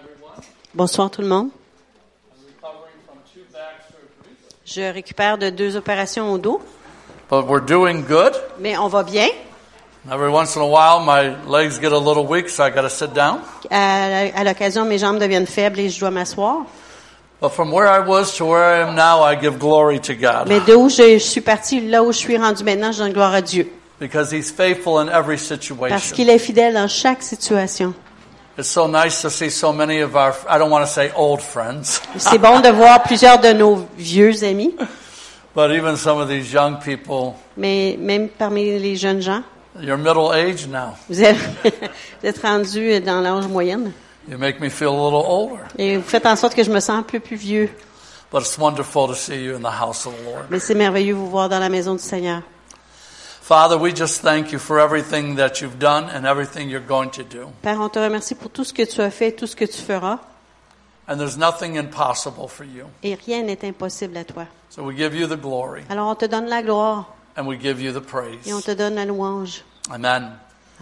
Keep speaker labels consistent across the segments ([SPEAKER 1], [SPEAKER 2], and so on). [SPEAKER 1] everyone.
[SPEAKER 2] Bonsoir tout le monde.
[SPEAKER 1] I'm recovering from two back surgeries,
[SPEAKER 2] Je récupère de deux opérations au dos,
[SPEAKER 1] but we're doing good.
[SPEAKER 2] mais on va bien.
[SPEAKER 1] Every once in a while, my legs get a little weak, so I got to sit down.
[SPEAKER 2] À, à l'occasion, mes jambes deviennent faibles et je dois m'asseoir.
[SPEAKER 1] But from where I was to where I am now, I give glory to God
[SPEAKER 2] Mais de où je, je suis partie, là où je suis rendu maintenant, je donne gloire à Dieu.
[SPEAKER 1] because He's faithful in every
[SPEAKER 2] Parce
[SPEAKER 1] situation.
[SPEAKER 2] qu'il est fidèle dans chaque situation.
[SPEAKER 1] It's so nice to see so many of our, I don't want to say old friends,
[SPEAKER 2] C'est bon de voir plusieurs de nos vieux amis,
[SPEAKER 1] but even some of these young people,
[SPEAKER 2] mais même parmi les jeunes gens,
[SPEAKER 1] you're middle age now.
[SPEAKER 2] vous êtes, vous êtes rendus dans l'âge moyenne.
[SPEAKER 1] You make me feel a little older,
[SPEAKER 2] Et vous faites en sorte que je me sens un peu plus vieux.
[SPEAKER 1] but it's wonderful to see you in the house of the Lord.
[SPEAKER 2] Mais c'est merveilleux de vous voir dans la maison du Seigneur.
[SPEAKER 1] Father, we just thank you for everything that you've done and everything you're going to do.
[SPEAKER 2] Père, on te remercie pour tout ce que tu as fait, tout ce que tu feras,
[SPEAKER 1] And there's nothing impossible for you.
[SPEAKER 2] et rien n'est impossible à toi.
[SPEAKER 1] So we give you the glory
[SPEAKER 2] Alors on te donne la gloire
[SPEAKER 1] and we give you the
[SPEAKER 2] et on
[SPEAKER 1] praise.
[SPEAKER 2] te donne la louange.
[SPEAKER 1] Amen.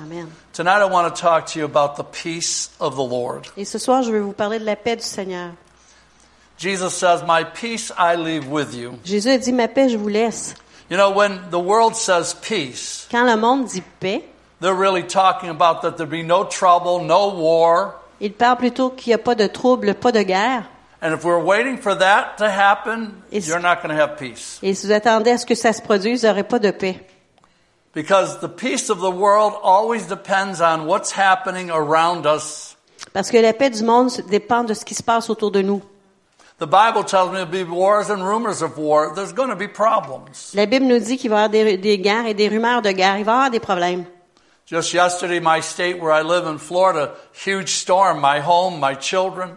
[SPEAKER 2] Amen.
[SPEAKER 1] Tonight I want to talk to you about the peace of the Lord.
[SPEAKER 2] Et ce soir, je vais vous parler de la paix du Seigneur.
[SPEAKER 1] Jesus says, My peace I leave with you.
[SPEAKER 2] Jésus a dit, ma paix, je vous laisse.
[SPEAKER 1] You know, when the world says peace,
[SPEAKER 2] Quand le monde dit paix,
[SPEAKER 1] they're really talking about that there be no trouble, no war.
[SPEAKER 2] il parle plutôt qu'il n'y a pas de trouble, pas de guerre.
[SPEAKER 1] And if we're waiting for that to happen,
[SPEAKER 2] Is-
[SPEAKER 1] you're not going to have peace.
[SPEAKER 2] Et si vous attendez à ce que ça se produise, vous n'aurez pas de paix.
[SPEAKER 1] Because the peace of the world always depends on what's happening around us.
[SPEAKER 2] Parce que la paix du monde dépend de ce qui se passe autour de nous.
[SPEAKER 1] The Bible tells me there'll be wars and rumors of war. There's going to be problems.
[SPEAKER 2] La Bible nous dit qu'il va y avoir des, des guerres et des rumeurs de guerre. Il va y avoir des problèmes.
[SPEAKER 1] Just yesterday, my state where I live in Florida, huge storm, my home, my children.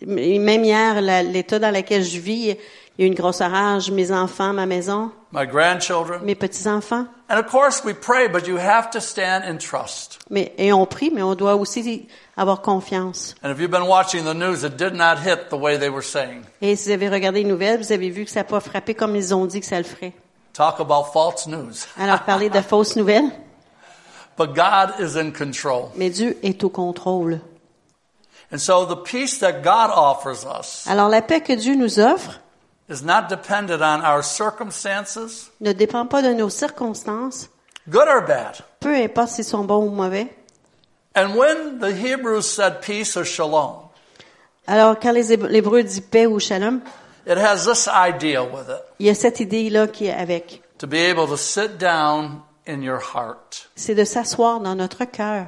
[SPEAKER 2] Et Même hier, la- l'état dans lequel je vis, il y a eu une grosse orage. Mes enfants, ma maison,
[SPEAKER 1] my grandchildren.
[SPEAKER 2] mes petits-enfants.
[SPEAKER 1] And of course, we pray, but you have to stand in trust.
[SPEAKER 2] Mais, et on prie, mais on doit aussi avoir confiance.
[SPEAKER 1] And if you've been watching the news, it did not hit the way they were saying.
[SPEAKER 2] Et si vous avez regardé les nouvelles, vous avez vu que ça n'a pas frappé comme ils ont dit que ça le ferait.
[SPEAKER 1] Talk about false news.
[SPEAKER 2] Alors, parler de fausses nouvelles,
[SPEAKER 1] But God is in control.
[SPEAKER 2] mais Dieu est au contrôle.
[SPEAKER 1] And so the peace that God offers us
[SPEAKER 2] Alors, la paix que Dieu nous offre
[SPEAKER 1] is not dependent on our circumstances,
[SPEAKER 2] ne dépend pas de nos circonstances,
[SPEAKER 1] good or bad.
[SPEAKER 2] peu importe s'ils sont bons ou mauvais.
[SPEAKER 1] And when the Hebrews said peace or shalom,
[SPEAKER 2] Alors, quand les Héb- Hébreux disent paix ou shalom,
[SPEAKER 1] it has this idea with it
[SPEAKER 2] il y a cette idée-là qui est avec.
[SPEAKER 1] to be able to sit down in your heart.
[SPEAKER 2] C'est de s'asseoir dans notre cœur.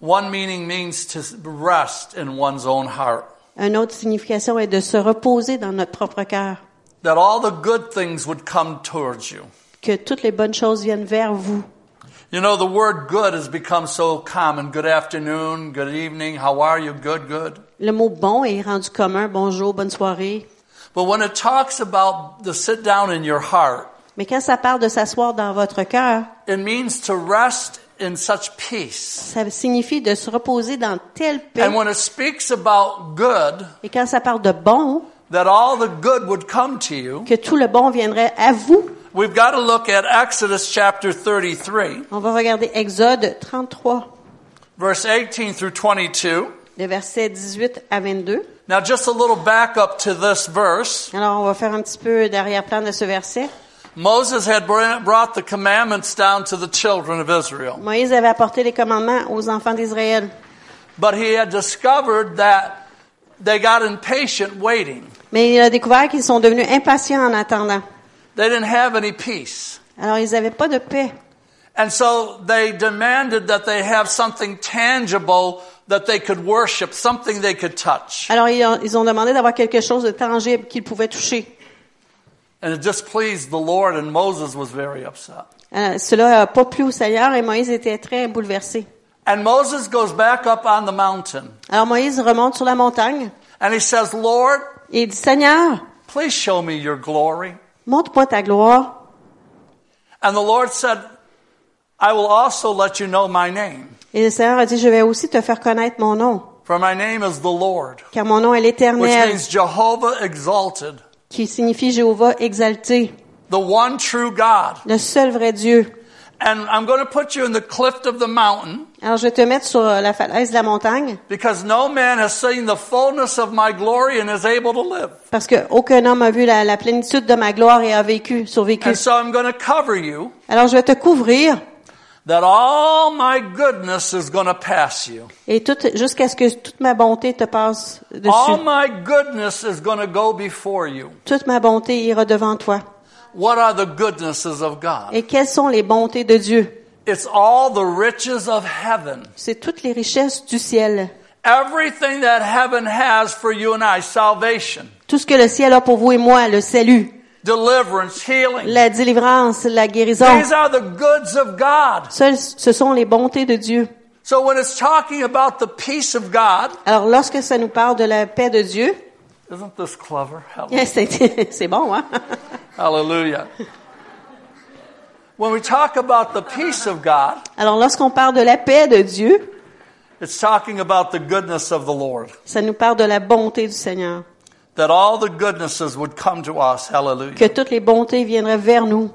[SPEAKER 1] One meaning means to rest in one's own heart.
[SPEAKER 2] Une autre signification est de se reposer dans notre propre cœur.
[SPEAKER 1] that all the good things would come towards you.
[SPEAKER 2] Que toutes les bonnes choses viennent vers vous.
[SPEAKER 1] You know, the word good has become so common. Good afternoon, good evening, how are you? Good, good.
[SPEAKER 2] Le mot bon est rendu commun. Bonjour, bonne soirée.
[SPEAKER 1] But when it talks about the sit down in your heart,
[SPEAKER 2] Mais quand ça parle de s'asseoir dans votre cœur,
[SPEAKER 1] it means to rest in such peace.
[SPEAKER 2] ça signifie de se reposer dans telle paix.
[SPEAKER 1] And when it speaks about good,
[SPEAKER 2] Et quand ça parle de bon,
[SPEAKER 1] that all the good would come to you,
[SPEAKER 2] que tout le bon viendrait à vous.
[SPEAKER 1] we've got to look at Exodus chapter 33,
[SPEAKER 2] On va regarder Exode 33,
[SPEAKER 1] verse 18 through 22.
[SPEAKER 2] de versets 18 à 22.
[SPEAKER 1] Now, just a little back up to this verse.
[SPEAKER 2] Alors, on va faire un petit peu d'arrière-plan de ce verset.
[SPEAKER 1] Moses had br- brought the commandments down to the children of Israel,
[SPEAKER 2] Moïse avait apporté les commandements aux enfants d'Israël,
[SPEAKER 1] but he had discovered that they got impatient waiting.
[SPEAKER 2] mais il a découvert qu'ils sont devenus impatients en attendant.
[SPEAKER 1] They didn't have any peace.
[SPEAKER 2] Alors, ils n'avaient pas de paix.
[SPEAKER 1] And so they demanded that they have something tangible that they could worship, something they could touch.
[SPEAKER 2] Alors, ils ont, ils ont demandé d'avoir quelque chose de tangible qu'ils pouvaient toucher.
[SPEAKER 1] And it displeased the Lord, and Moses was very upset.
[SPEAKER 2] Euh, cela n'a pas plu au Seigneur et Moïse était très bouleversé.
[SPEAKER 1] And Moses goes back up on the mountain
[SPEAKER 2] Alors, Moïse remonte sur la montagne
[SPEAKER 1] and he says, Lord,
[SPEAKER 2] et il dit, Seigneur,
[SPEAKER 1] please show me your glory.
[SPEAKER 2] montre-moi ta gloire.
[SPEAKER 1] And the Lord said, I will also let you know my name.
[SPEAKER 2] Et le Seigneur a dit, je vais aussi te faire connaître mon nom,
[SPEAKER 1] For my name is the Lord,
[SPEAKER 2] car mon nom est
[SPEAKER 1] which
[SPEAKER 2] l'éternel,
[SPEAKER 1] means Jehovah exalted,
[SPEAKER 2] qui signifie Jéhovah exalté,
[SPEAKER 1] the one true God.
[SPEAKER 2] le seul vrai Dieu.
[SPEAKER 1] And I'm going to put you in the cliff of the mountain
[SPEAKER 2] Alors, je vais te mettre sur euh, la falaise de la montagne,
[SPEAKER 1] because no man has seen the fullness of my glory and is able to live.
[SPEAKER 2] parce que aucun homme a vu la, la plénitude de ma gloire et a vécu, survécu.
[SPEAKER 1] And so I'm going to cover you
[SPEAKER 2] Alors, je vais te couvrir
[SPEAKER 1] that all my goodness is going to pass you.
[SPEAKER 2] et tout, jusqu'à ce que toute ma bonté te passe
[SPEAKER 1] All
[SPEAKER 2] dessus.
[SPEAKER 1] my goodness is going to go before you.
[SPEAKER 2] Toute ma bonté ira devant toi.
[SPEAKER 1] What are the goodnesses of God?
[SPEAKER 2] Et quelles sont les bontés de Dieu?
[SPEAKER 1] It's all the riches of heaven.
[SPEAKER 2] C'est toutes les richesses du ciel.
[SPEAKER 1] Everything that heaven has for you and I salvation,
[SPEAKER 2] Tout ce que le ciel a pour vous et moi, le salut,
[SPEAKER 1] deliverance, healing.
[SPEAKER 2] la délivrance, la guérison,
[SPEAKER 1] These are the goods of God.
[SPEAKER 2] seules- ce sont les bontés de Dieu.
[SPEAKER 1] So when it's talking about the peace of God,
[SPEAKER 2] Alors, lorsque ça nous parle de la paix de Dieu,
[SPEAKER 1] isn't this clever?
[SPEAKER 2] eh, c'est c'est bon, hein?
[SPEAKER 1] Hallelujah. When we talk about the peace of God,
[SPEAKER 2] Alors, lorsqu'on parle de la paix de Dieu,
[SPEAKER 1] it's talking about the goodness of the Lord.
[SPEAKER 2] ça nous parle de la bonté du Seigneur.
[SPEAKER 1] That all the goodnesses would come to us. Hallelujah.
[SPEAKER 2] Que toutes les bontés viendraient vers nous.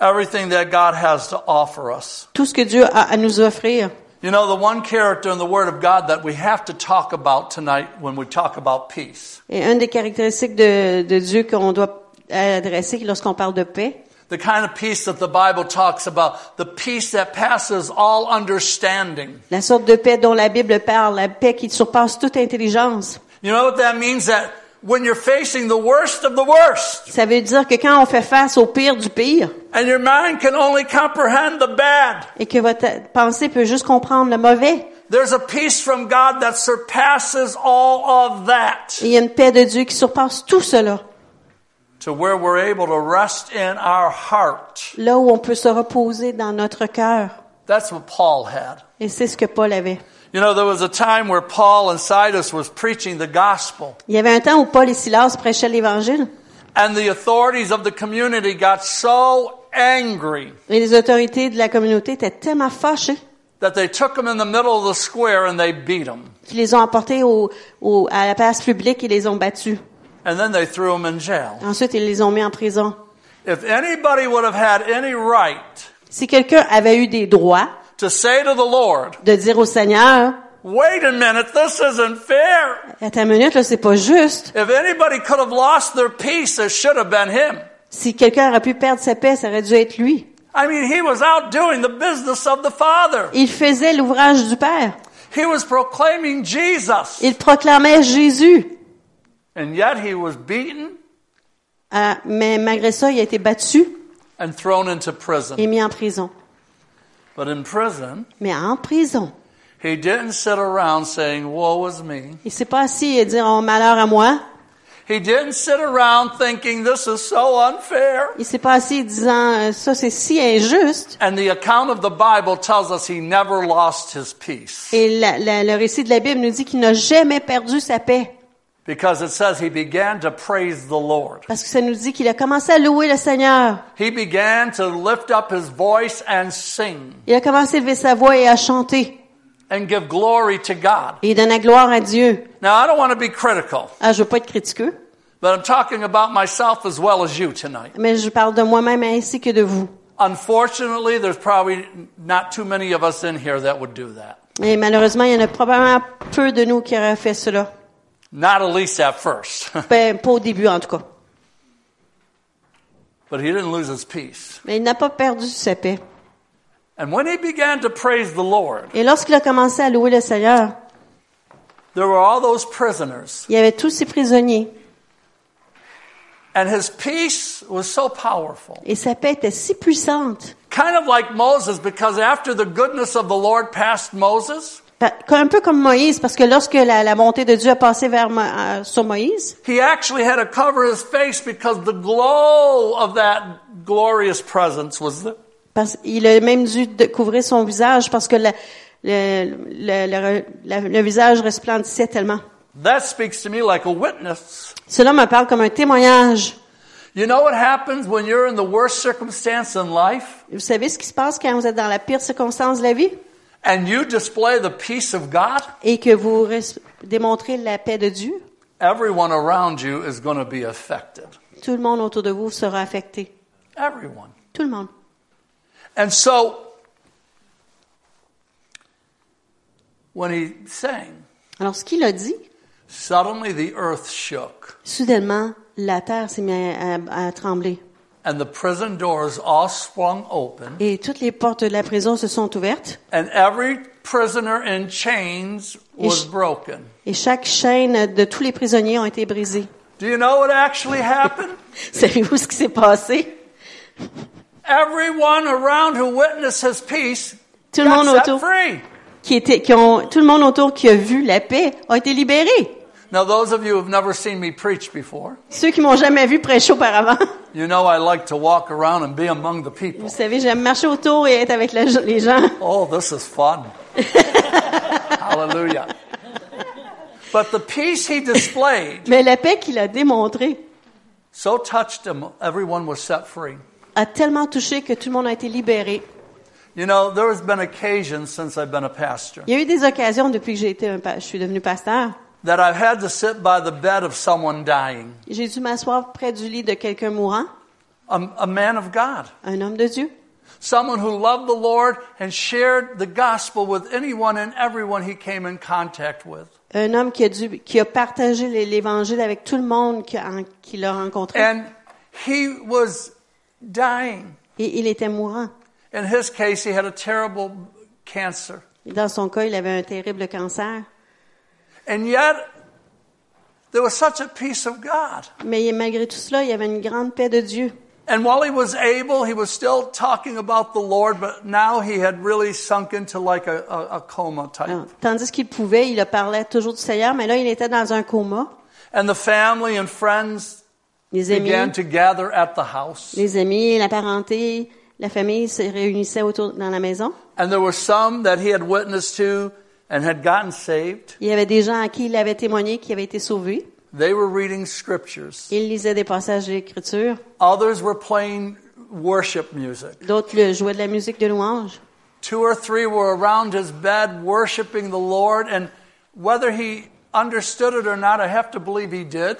[SPEAKER 1] Everything that God has to offer us.
[SPEAKER 2] Tout ce que Dieu a à nous offrir.
[SPEAKER 1] You know, the one character in the Word of God that we have to talk about tonight when we talk about peace.
[SPEAKER 2] Et une des caractéristiques de, de Dieu qu'on doit adresser lorsqu'on parle de paix,
[SPEAKER 1] The kind of peace that the Bible talks about, the peace that passes all understanding.
[SPEAKER 2] la sorte de paix dont la Bible parle, la paix qui surpasse toute intelligence.
[SPEAKER 1] You know what that means? That when you're facing the worst of the worst,
[SPEAKER 2] Ça veut dire que quand on fait face au pire du pire,
[SPEAKER 1] and your mind can only comprehend the bad,
[SPEAKER 2] et que votre pensée peut juste comprendre le mauvais,
[SPEAKER 1] there's a peace from God that surpasses all of that
[SPEAKER 2] il y a une paix de Dieu qui surpasse tout cela.
[SPEAKER 1] to where we're able to rest in our heart.
[SPEAKER 2] Là où on peut se reposer dans notre cœur.
[SPEAKER 1] That's what Paul had.
[SPEAKER 2] Et c'est ce que Paul avait.
[SPEAKER 1] You know, there was a time where Paul and Silas was preaching the gospel,
[SPEAKER 2] Il y avait un temps où Paul et Silas prêchaient l'Évangile,
[SPEAKER 1] and the authorities of the community got so angry
[SPEAKER 2] et les autorités de la communauté étaient tellement fâchées
[SPEAKER 1] that they took him in the middle of the square and they beat him.
[SPEAKER 2] qu'ils les ont apportés au, au- à la place publique et les ont battus.
[SPEAKER 1] And then they threw him in jail.
[SPEAKER 2] Ensuite, ils les ont mis en prison.
[SPEAKER 1] If anybody would have had any right
[SPEAKER 2] Si quelqu'un avait eu des droits
[SPEAKER 1] to say to the Lord,
[SPEAKER 2] de dire au Seigneur,
[SPEAKER 1] wait a minute, this isn't fair.
[SPEAKER 2] à ta minute, là, c'est pas juste.
[SPEAKER 1] If anybody could have lost their peace, it should have been him.
[SPEAKER 2] Si quelqu'un aurait pu perdre sa paix, ça aurait dû être lui.
[SPEAKER 1] I mean, he was out doing the business of the Father.
[SPEAKER 2] Il faisait l'ouvrage du Père.
[SPEAKER 1] He was proclaiming Jesus.
[SPEAKER 2] Il proclamait Jésus.
[SPEAKER 1] And yet he was beaten
[SPEAKER 2] Ah, mais malgré ça, il a été battu
[SPEAKER 1] and thrown into
[SPEAKER 2] et
[SPEAKER 1] prison.
[SPEAKER 2] mis en prison.
[SPEAKER 1] But in prison,
[SPEAKER 2] Mais en prison,
[SPEAKER 1] he didn't sit around saying, Woe is me.
[SPEAKER 2] il s'est pas assis et dire oh, malheur à moi.
[SPEAKER 1] He didn't sit around thinking, This is so unfair.
[SPEAKER 2] Il s'est pas assis disant euh, ça c'est si injuste.
[SPEAKER 1] And the account of the Bible tells us he never lost his peace
[SPEAKER 2] Et la- la- le récit de la Bible nous dit qu'il n'a jamais perdu sa paix
[SPEAKER 1] because it says he began to praise the Lord.
[SPEAKER 2] parce que ça nous dit qu'il a commencé à louer le Seigneur.
[SPEAKER 1] He began to lift up his voice and sing
[SPEAKER 2] Il a commencé à lever sa voix et à chanter
[SPEAKER 1] and give glory to God.
[SPEAKER 2] et il donnait gloire à Dieu.
[SPEAKER 1] Now, I don't want to be critical,
[SPEAKER 2] Ah, je veux pas être critiqueux,
[SPEAKER 1] but I'm talking about myself as well as you tonight.
[SPEAKER 2] mais je parle de moi-même ainsi que de vous.
[SPEAKER 1] Unfortunately, there's probably not too many of us in here that would do that.
[SPEAKER 2] Et malheureusement, il y en a probablement peu de nous qui auraient fait cela.
[SPEAKER 1] Not at least at first.
[SPEAKER 2] Ben, pas au début en tout cas.
[SPEAKER 1] but he didn't lose his peace.
[SPEAKER 2] Mais il n'a pas perdu sa paix.
[SPEAKER 1] And when he began to praise the Lord,
[SPEAKER 2] Et lorsqu'il a commencé à louer le Seigneur,
[SPEAKER 1] there were all those prisoners.
[SPEAKER 2] il y avait tous ses prisonniers
[SPEAKER 1] And his peace was so powerful.
[SPEAKER 2] et sa paix était si puissante,
[SPEAKER 1] Kind of like Moses, because after the goodness of the Lord passed Moses,
[SPEAKER 2] Pa- un peu comme Moïse, parce que lorsque la, la bonté de Dieu a passé vers Mo- euh, sur Moïse,
[SPEAKER 1] he actually had to cover his face because the glow of that glorious presence was there.
[SPEAKER 2] parce, il a même dû de- couvrir son visage parce que la- le, le- le- la- le visage resplendissait tellement.
[SPEAKER 1] That speaks to me like a witness.
[SPEAKER 2] Cela me parle comme un témoignage.
[SPEAKER 1] You know what happens when you're in the worst circumstance in life
[SPEAKER 2] Vous savez ce qui se passe quand vous êtes dans la pire circonstance de la vie
[SPEAKER 1] and you display the peace of God?
[SPEAKER 2] et que vous res- démontrez la paix de Dieu?
[SPEAKER 1] Everyone around you is going to be affected.
[SPEAKER 2] Tout le monde autour de vous sera affecté.
[SPEAKER 1] Everyone.
[SPEAKER 2] Tout le monde.
[SPEAKER 1] And so, when he sang,
[SPEAKER 2] Alors, ce qu'il a dit,
[SPEAKER 1] suddenly the earth shook,
[SPEAKER 2] soudainement, la terre s'est mise à, à- à trembler.
[SPEAKER 1] and the prison doors all swung open,
[SPEAKER 2] Et toutes les portes de la prison se sont ouvertes.
[SPEAKER 1] and every prisoner in chains was
[SPEAKER 2] Ish.
[SPEAKER 1] broken.
[SPEAKER 2] Et chaque chaîne de tous les prisonniers ont été brisées.
[SPEAKER 1] Do you know what actually happened?
[SPEAKER 2] Savez-vous ce qui s'est passé?
[SPEAKER 1] Everyone around who witnessed his peace
[SPEAKER 2] Tout le
[SPEAKER 1] got
[SPEAKER 2] monde
[SPEAKER 1] set
[SPEAKER 2] autour
[SPEAKER 1] free.
[SPEAKER 2] qui était, qui ont, tout le monde autour qui a vu la paix a été libéré.
[SPEAKER 1] Now, those of you who have never seen me preach before,
[SPEAKER 2] Ceux qui m'ont jamais vu prêcher auparavant,
[SPEAKER 1] you know I like to walk around and be among the
[SPEAKER 2] vous
[SPEAKER 1] people.
[SPEAKER 2] savez, j'aime marcher autour et être avec la- les gens.
[SPEAKER 1] Oh, this is fun. Hallelujah. But the peace he displayed
[SPEAKER 2] Mais la paix qu'il a démontrée
[SPEAKER 1] so touched him, everyone was set free.
[SPEAKER 2] a tellement touché que tout le monde a été libéré.
[SPEAKER 1] You know, there has been occasions since I've been a pastor
[SPEAKER 2] Il y a eu des occasions depuis que j'ai été un, pa- je suis devenu pasteur.
[SPEAKER 1] that I've had to sit by the bed of someone dying,
[SPEAKER 2] J'ai dû m'asseoir près du lit de quelqu'un mourant,
[SPEAKER 1] a, a man of God,
[SPEAKER 2] un homme de Dieu,
[SPEAKER 1] someone who loved the Lord and shared the gospel with anyone and everyone he came in contact with.
[SPEAKER 2] un homme qui a dû, qui a partagé l'é- l'évangile avec tout le monde qui a- qui l'a rencontré.
[SPEAKER 1] And he was dying.
[SPEAKER 2] Et il était mourant.
[SPEAKER 1] In his case, he had a terrible cancer.
[SPEAKER 2] Dans son cas, il avait un terrible cancer.
[SPEAKER 1] And yet, there was such a peace of God.
[SPEAKER 2] Mais malgré tout cela, il y avait une grande paix de Dieu.
[SPEAKER 1] And while he was able, he was still talking about the Lord, but now he had really sunk into like a, a, a coma type.
[SPEAKER 2] Alors, tandis qu'il pouvait, il parlait toujours du Seigneur, mais là, il était dans un coma.
[SPEAKER 1] And the family and friends
[SPEAKER 2] Les amis,
[SPEAKER 1] began to gather at the house.
[SPEAKER 2] les amis, la parenté, la famille se réunissaient autour dans la maison.
[SPEAKER 1] And there were some that he had witnessed to and had gotten saved.
[SPEAKER 2] Il y avait des gens à qui il avait témoigné, qui avaient été sauvés.
[SPEAKER 1] They were reading scriptures.
[SPEAKER 2] Il lisait des passages de l'Écriture.
[SPEAKER 1] Others were playing worship music.
[SPEAKER 2] D'autres le jouaient de la musique de louange.
[SPEAKER 1] Two or three were around his bed worshiping the Lord, and whether he understood it or not, I have to believe he did.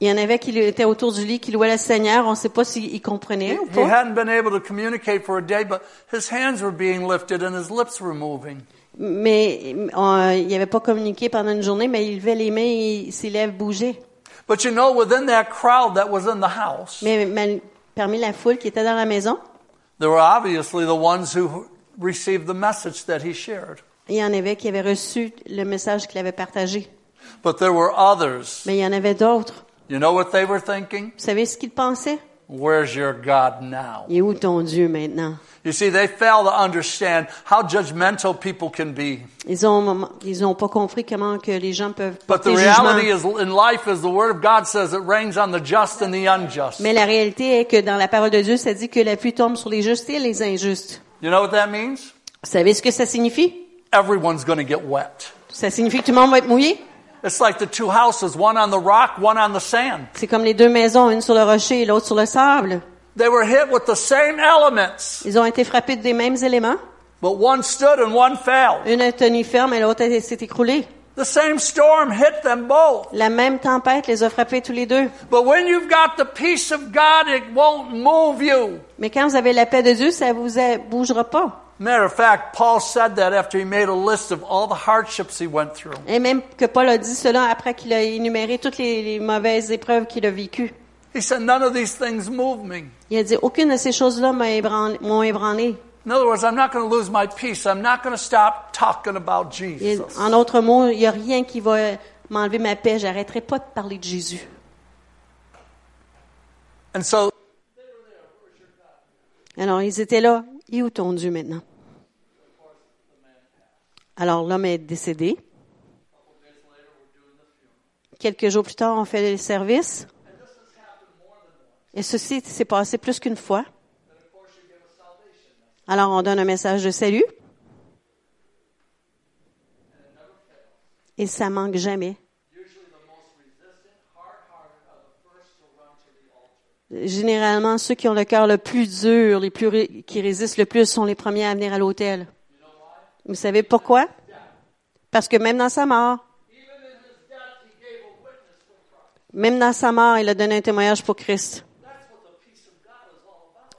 [SPEAKER 2] Il y en avait qui étaient autour du lit, qui louaient le Seigneur. On ne sait pas s'ils comprenaient ou
[SPEAKER 1] He
[SPEAKER 2] pas.
[SPEAKER 1] hadn't been able to communicate for a day, but his hands were being lifted and his lips were moving.
[SPEAKER 2] Mais euh, il n'avait pas communiqué pendant une journée, mais il levait les mains et ses lèvres bougeaient.
[SPEAKER 1] But you know, within that crowd that was in the house,
[SPEAKER 2] Mais mal- parmi la foule qui était dans la maison,
[SPEAKER 1] there were obviously the ones who received the message that he shared.
[SPEAKER 2] il y en avait qui avaient reçu le message qu'il avait partagé.
[SPEAKER 1] But there were others.
[SPEAKER 2] Mais il y en avait d'autres.
[SPEAKER 1] You know what they were thinking?
[SPEAKER 2] Vous savez ce qu'ils pensaient?
[SPEAKER 1] Where's your God now?
[SPEAKER 2] Il est où ton Dieu maintenant?
[SPEAKER 1] You see, they fail to understand how judgmental people can be.
[SPEAKER 2] Ils ont, ils ont pas compris comment que les gens peuvent
[SPEAKER 1] But
[SPEAKER 2] porter
[SPEAKER 1] the
[SPEAKER 2] jugement.
[SPEAKER 1] reality is in life is the word of God says it rains on the just and the unjust.
[SPEAKER 2] Mais la réalité est que dans la parole de Dieu, ça dit que la pluie tombe sur les justes et les injustes.
[SPEAKER 1] You know what that means?
[SPEAKER 2] Vous savez ce que ça signifie?
[SPEAKER 1] Everyone's going to get wet.
[SPEAKER 2] Ça signifie que tout le monde va être mouillé.
[SPEAKER 1] It's like the two houses, one on the rock, one on the sand.
[SPEAKER 2] C'est comme les deux maisons, une sur le rocher et l'autre sur le sable.
[SPEAKER 1] They were hit with the same elements,
[SPEAKER 2] Ils ont été frappés des mêmes éléments.
[SPEAKER 1] but one stood and one fell.
[SPEAKER 2] Une a tenu ferme et l'autre elle s'est écroulée.
[SPEAKER 1] The same storm hit them both.
[SPEAKER 2] La même tempête les a frappés tous les deux.
[SPEAKER 1] But when you've got the peace of God, it won't move you.
[SPEAKER 2] Mais quand vous avez la paix de Dieu, ça vous a- bougera pas.
[SPEAKER 1] Matter of fact, Paul said that after he made a list of all the hardships he went through.
[SPEAKER 2] Et même que Paul a dit cela après qu'il a énuméré toutes les, les mauvaises épreuves qu'il a vécues.
[SPEAKER 1] He said, None of these things move me.
[SPEAKER 2] Il a dit, aucune de ces choses-là m'a ébran- m'ont ébranlé.
[SPEAKER 1] In other words, I'm not going to lose my peace. I'm not going to stop talking about
[SPEAKER 2] Il-
[SPEAKER 1] Jesus.
[SPEAKER 2] en d'autres mots, il n'y a rien qui va m'enlever ma paix. J'arrêterai pas de parler de Jésus.
[SPEAKER 1] And so
[SPEAKER 2] Alors, ils étaient là. Il est où ton Dieu maintenant? Alors, l'homme est décédé. Quelques jours plus tard, on fait le service. Et ceci s'est passé plus qu'une fois. Alors, on donne un message de salut. Et ça manque jamais. Généralement, ceux qui ont le cœur le plus dur, les plus ré- qui résistent le plus, sont les premiers à venir à l'autel. Vous savez pourquoi? Parce que même dans sa mort, même dans sa mort, il a donné un témoignage pour Christ.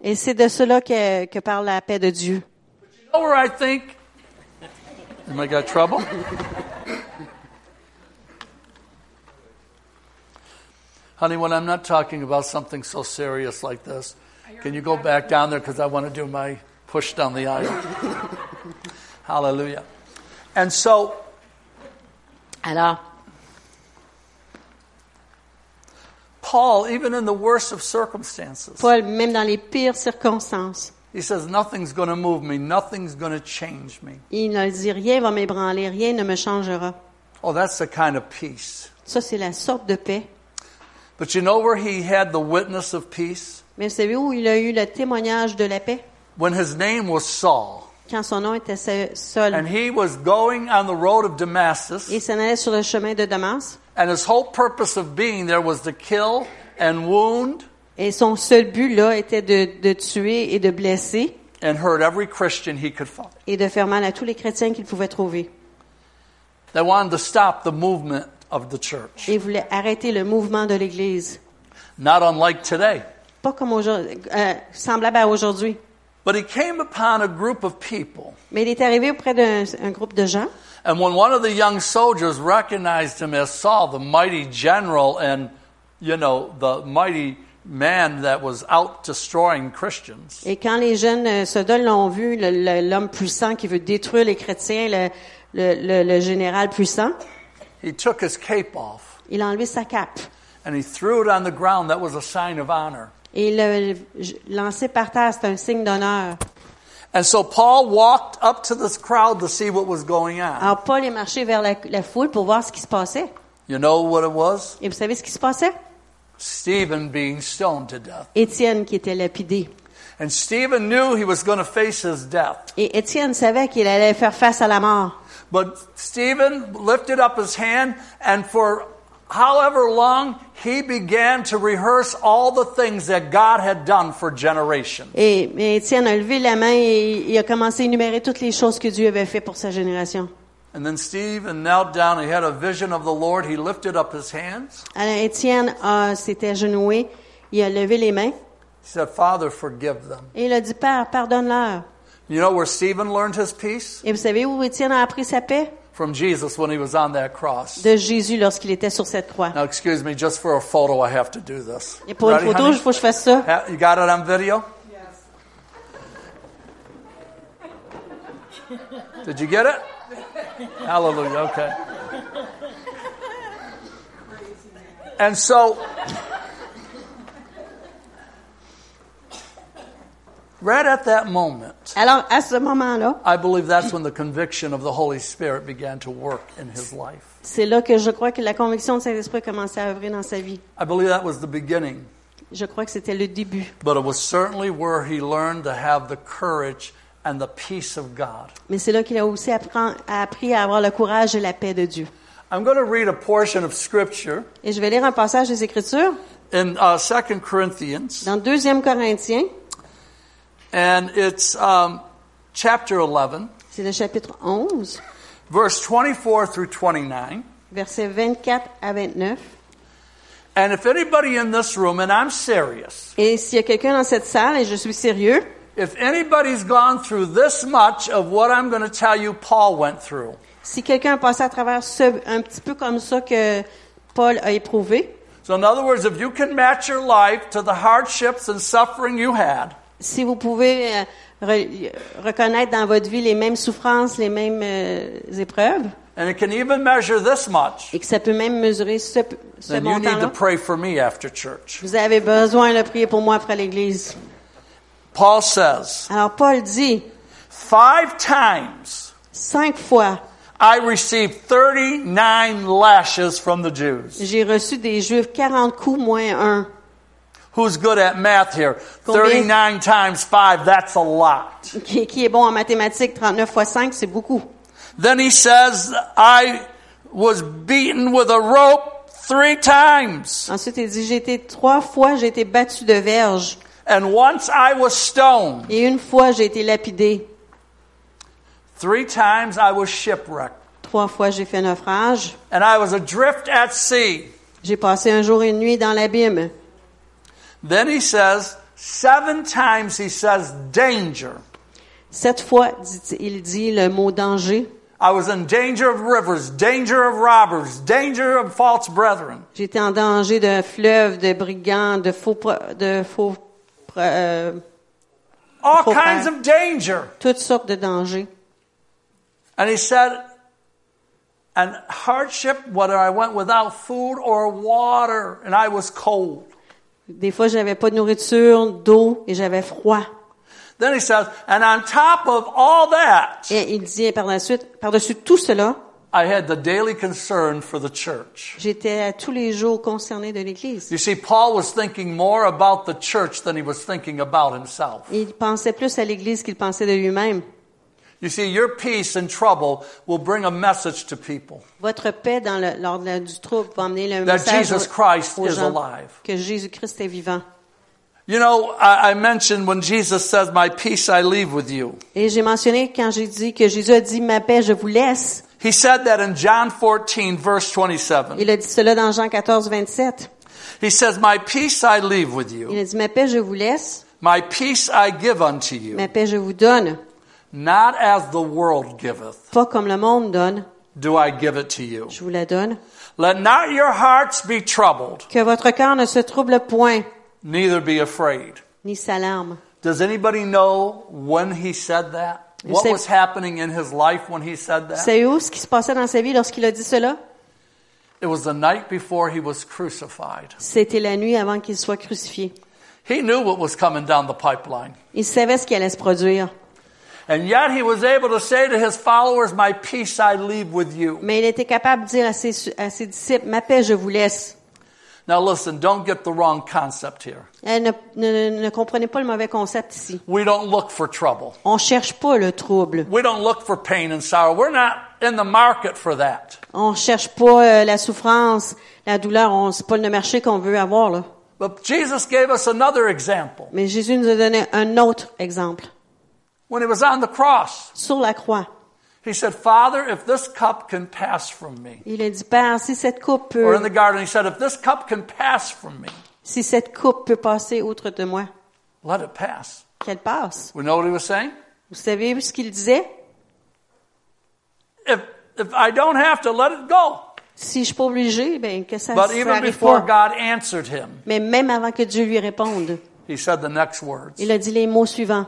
[SPEAKER 2] Et c'est de cela que, que parle la paix de Dieu.
[SPEAKER 1] You know where I think? Am I got trouble? Honey, when I'm not talking about something so serious like this, can you go back down there because I want to do my push down the aisle? Hallelujah. And so
[SPEAKER 2] Alors,
[SPEAKER 1] Paul, even in the worst of circumstances,
[SPEAKER 2] Paul, même dans les pires circonstances,
[SPEAKER 1] he says, Nothing's going to move me. Nothing's going to change me.
[SPEAKER 2] il ne dit rien va m'ébranler, rien ne me changera.
[SPEAKER 1] Oh, that's the kind of peace.
[SPEAKER 2] Ça, c'est la sorte de paix.
[SPEAKER 1] But you know where he had the witness of peace?
[SPEAKER 2] Mais vous savez où il a eu le témoignage de la paix?
[SPEAKER 1] When his name was Saul.
[SPEAKER 2] Quand son nom était Se- Saul.
[SPEAKER 1] And he was going on the road of Damascus.
[SPEAKER 2] Il s'en allait sur le chemin de Damas.
[SPEAKER 1] And his whole purpose of being there was to kill and wound
[SPEAKER 2] Et son seul but, là, était de, de tuer et de blesser
[SPEAKER 1] and hurt every Christian he could find.
[SPEAKER 2] et de faire mal à tous les chrétiens qu'il pouvait trouver.
[SPEAKER 1] They wanted to stop the movement of the church.
[SPEAKER 2] Et il voulait arrêter le mouvement de l'Église.
[SPEAKER 1] Not unlike today.
[SPEAKER 2] Pas comme aujourd'hui, euh, semblable à aujourd'hui.
[SPEAKER 1] But he came upon a group of people.
[SPEAKER 2] Mais il est arrivé auprès d'un un groupe de gens.
[SPEAKER 1] And when one of the young soldiers recognized him as Saul, the mighty general and, you know, the mighty man that was out destroying Christians,
[SPEAKER 2] Et quand les jeunes euh, soldats l'ont vu, le- le- l'homme puissant qui veut détruire les chrétiens, le, le- le- le général puissant,
[SPEAKER 1] he took his cape off
[SPEAKER 2] il a enlevé sa cape
[SPEAKER 1] and he threw it on the ground. That was a sign of honor.
[SPEAKER 2] et il l'a euh, j- lancé par terre. C'est un signe d'honneur.
[SPEAKER 1] And so Paul walked up to this crowd to see what was going on.
[SPEAKER 2] Alors Paul est marché vers la, la foule pour voir ce qui se passait.
[SPEAKER 1] You know what it was?
[SPEAKER 2] Et vous savez ce qui se passait?
[SPEAKER 1] Stephen being stoned to death.
[SPEAKER 2] Étienne qui était lapidé.
[SPEAKER 1] And Stephen knew he was going to face his death.
[SPEAKER 2] Et Étienne savait qu'il allait faire face à la mort.
[SPEAKER 1] But Stephen lifted up his hand, and for however long, he began to rehearse all the things that God had done for generations.
[SPEAKER 2] Et mais Étienne a levé la main et il a commencé à énumérer toutes les choses que Dieu avait fait pour sa génération.
[SPEAKER 1] And then Stephen knelt down. He had a vision of the Lord. He lifted up his hands.
[SPEAKER 2] Alors Étienne a- s'était agenoué, il a levé les mains
[SPEAKER 1] He said, Father, forgive them.
[SPEAKER 2] et il a dit Père, pardonne-leur.
[SPEAKER 1] You know where Stephen learned his peace?
[SPEAKER 2] Et vous savez où Étienne a appris sa paix
[SPEAKER 1] From Jesus when he was on that cross.
[SPEAKER 2] De Jésus lorsqu'il était sur cette croix.
[SPEAKER 1] Now, excuse me, just for a photo, I have to do this.
[SPEAKER 2] Et pour une
[SPEAKER 1] Ready,
[SPEAKER 2] photo,
[SPEAKER 1] honey?
[SPEAKER 2] il faut que je fasse ça.
[SPEAKER 1] Ha- You got it on video? Yes. Did you get it? Hallelujah, okay. And so, right at that moment,
[SPEAKER 2] Alors à ce moment-là,
[SPEAKER 1] I believe that's when the conviction of the Holy Spirit began to work in his life.
[SPEAKER 2] c'est là que je crois que la conviction de Saint-Esprit a commencé à œuvrer dans sa vie.
[SPEAKER 1] I believe that was the beginning.
[SPEAKER 2] Je crois que c'était le début.
[SPEAKER 1] But it was certainly where he learned to have the courage and the peace of God.
[SPEAKER 2] Mais c'est là qu'il a aussi appren- a appris à avoir le courage et la paix de Dieu.
[SPEAKER 1] I'm going to read a portion of scripture
[SPEAKER 2] Et je vais lire un passage des Écritures
[SPEAKER 1] in uh, 2 Corinthians,
[SPEAKER 2] dans 2 Corinthiens,
[SPEAKER 1] and it's um, chapter 11,
[SPEAKER 2] c'est le chapitre 11,
[SPEAKER 1] verse 24 through 29.
[SPEAKER 2] versets 24 à 29.
[SPEAKER 1] And if anybody in this room, and I'm serious,
[SPEAKER 2] Et s'il y a quelqu'un dans cette salle, et je suis sérieux,
[SPEAKER 1] if anybody's gone through this much of what I'm going to tell you Paul went through,
[SPEAKER 2] si quelqu'un a passé à travers ce, un petit peu comme ça que Paul a éprouvé,
[SPEAKER 1] so in other words, if you can match your life to the hardships and suffering you had,
[SPEAKER 2] si vous pouvez euh, re- reconnaître dans votre vie les mêmes souffrances, les mêmes euh, épreuves,
[SPEAKER 1] and it can even measure this much,
[SPEAKER 2] et que ça peut même mesurer ce, ce
[SPEAKER 1] then you need to
[SPEAKER 2] montant-là,
[SPEAKER 1] pray for me after church.
[SPEAKER 2] vous avez besoin de prier pour moi après l'Église.
[SPEAKER 1] Paul says,
[SPEAKER 2] Alors Paul dit,
[SPEAKER 1] Five times
[SPEAKER 2] cinq fois,
[SPEAKER 1] I received 39 lashes from the Jews.
[SPEAKER 2] j'ai reçu des Juifs 40 coups moins un.
[SPEAKER 1] Who's good at math here?
[SPEAKER 2] Combien?
[SPEAKER 1] 39 times 5, that's a lot.
[SPEAKER 2] qui, qui est bon en mathématiques, 39 fois 5, c'est beaucoup.
[SPEAKER 1] Then he says, I was beaten with a rope three times,
[SPEAKER 2] Ensuite, il dit, j'ai été trois fois, j'ai été battu de verge.
[SPEAKER 1] and once I was stoned.
[SPEAKER 2] Et une fois, j'ai été lapidé.
[SPEAKER 1] Three times I was shipwrecked,
[SPEAKER 2] Trois fois, j'ai fait naufrage.
[SPEAKER 1] and I was adrift at sea.
[SPEAKER 2] J'ai passé un jour et une nuit dans l'abîme.
[SPEAKER 1] Then he says, Seven times he says danger.
[SPEAKER 2] Sept fois, dit- il dit le mot danger.
[SPEAKER 1] I was in danger of rivers, danger of robbers, danger of false brethren.
[SPEAKER 2] J'étais en danger de fleuves, de brigands, de faux, pro- de faux, pro- euh,
[SPEAKER 1] All
[SPEAKER 2] Faut
[SPEAKER 1] kinds
[SPEAKER 2] faire.
[SPEAKER 1] of danger.
[SPEAKER 2] toutes sortes de dangers.
[SPEAKER 1] And he said, and hardship, whether I went without food or water, and I was cold.
[SPEAKER 2] Des fois, j'avais pas de nourriture, d'eau et j'avais froid.
[SPEAKER 1] Then he says, and on top of all that,
[SPEAKER 2] Et il dit par la suite, par-dessus tout cela,
[SPEAKER 1] I had the daily concern for the church.
[SPEAKER 2] j'étais à tous les jours concerné de l'Église.
[SPEAKER 1] You see, Paul was thinking more about the church than he was thinking about himself.
[SPEAKER 2] Il pensait plus à l'Église qu'il pensait de lui-même.
[SPEAKER 1] You see, your peace in trouble will bring a message to people
[SPEAKER 2] Votre paix dans le, lors de la- du trouble va emmener le
[SPEAKER 1] that
[SPEAKER 2] message
[SPEAKER 1] Jesus
[SPEAKER 2] aux-
[SPEAKER 1] Christ
[SPEAKER 2] aux
[SPEAKER 1] is
[SPEAKER 2] gens
[SPEAKER 1] alive.
[SPEAKER 2] que Jésus-Christ est vivant.
[SPEAKER 1] You know, I, I mentioned when Jesus says, My peace I leave with you.
[SPEAKER 2] Et j'ai mentionné quand j'ai dit que Jésus a dit ma paix, je vous laisse.
[SPEAKER 1] He said that in John 14, verse 27.
[SPEAKER 2] Il a dit cela dans Jean 14, 27.
[SPEAKER 1] He says, My peace I leave with
[SPEAKER 2] Il
[SPEAKER 1] you.
[SPEAKER 2] a dit ma paix, je vous laisse.
[SPEAKER 1] My peace I give unto
[SPEAKER 2] Ma
[SPEAKER 1] you.
[SPEAKER 2] paix, je vous donne.
[SPEAKER 1] Not as the world giveth,
[SPEAKER 2] Pas comme le monde donne.
[SPEAKER 1] do I give it to you.
[SPEAKER 2] Je vous la donne.
[SPEAKER 1] Let not your hearts be troubled,
[SPEAKER 2] Que votre cœur ne se trouble point,
[SPEAKER 1] neither be afraid.
[SPEAKER 2] ni s'alarme.
[SPEAKER 1] Does anybody know when he said that?
[SPEAKER 2] You
[SPEAKER 1] What
[SPEAKER 2] say-
[SPEAKER 1] was happening in his life when he said that?
[SPEAKER 2] C'est où ce qui se passait dans sa vie lorsqu'il a dit cela?
[SPEAKER 1] It was the night before he was crucified.
[SPEAKER 2] C'était la nuit avant qu'il soit crucifié.
[SPEAKER 1] He knew what was coming down the pipeline.
[SPEAKER 2] Il savait ce qui allait se produire.
[SPEAKER 1] And yet he was able to say to his followers, My peace I leave with you.
[SPEAKER 2] Mais il était capable de dire à ses, à ses disciples, ma paix, je vous laisse.
[SPEAKER 1] Now listen, don't get the wrong concept here.
[SPEAKER 2] Eh, ne, ne- ne comprenez pas le mauvais concept ici.
[SPEAKER 1] We don't look for trouble.
[SPEAKER 2] On cherche pas le trouble.
[SPEAKER 1] We don't look for pain and sorrow. We're not in the market for that.
[SPEAKER 2] On cherche pas euh, la souffrance, la douleur. On, c'est pas le marché qu'on veut avoir, là.
[SPEAKER 1] But Jesus gave us another example.
[SPEAKER 2] Mais Jésus nous a donné un autre exemple.
[SPEAKER 1] When he was on the cross,
[SPEAKER 2] Sur la croix.
[SPEAKER 1] he said, Father, if this cup can pass from me,
[SPEAKER 2] Il a dit, Père, si cette coupe
[SPEAKER 1] or
[SPEAKER 2] peut,
[SPEAKER 1] in the garden, he said, If this cup can pass from me,
[SPEAKER 2] si cette coupe peut passer outre de moi,
[SPEAKER 1] let it pass.
[SPEAKER 2] qu'elle passe.
[SPEAKER 1] We know what he was saying?
[SPEAKER 2] Vous savez ce qu'il disait?
[SPEAKER 1] If, if I don't have to, let it go.
[SPEAKER 2] Si je suis pas obligé, ben, que ça,
[SPEAKER 1] But
[SPEAKER 2] ça
[SPEAKER 1] even
[SPEAKER 2] arrive
[SPEAKER 1] before
[SPEAKER 2] pas.
[SPEAKER 1] God answered him,
[SPEAKER 2] Mais même avant que Dieu lui réponde,
[SPEAKER 1] he said the next words
[SPEAKER 2] il a dit les mots suivants.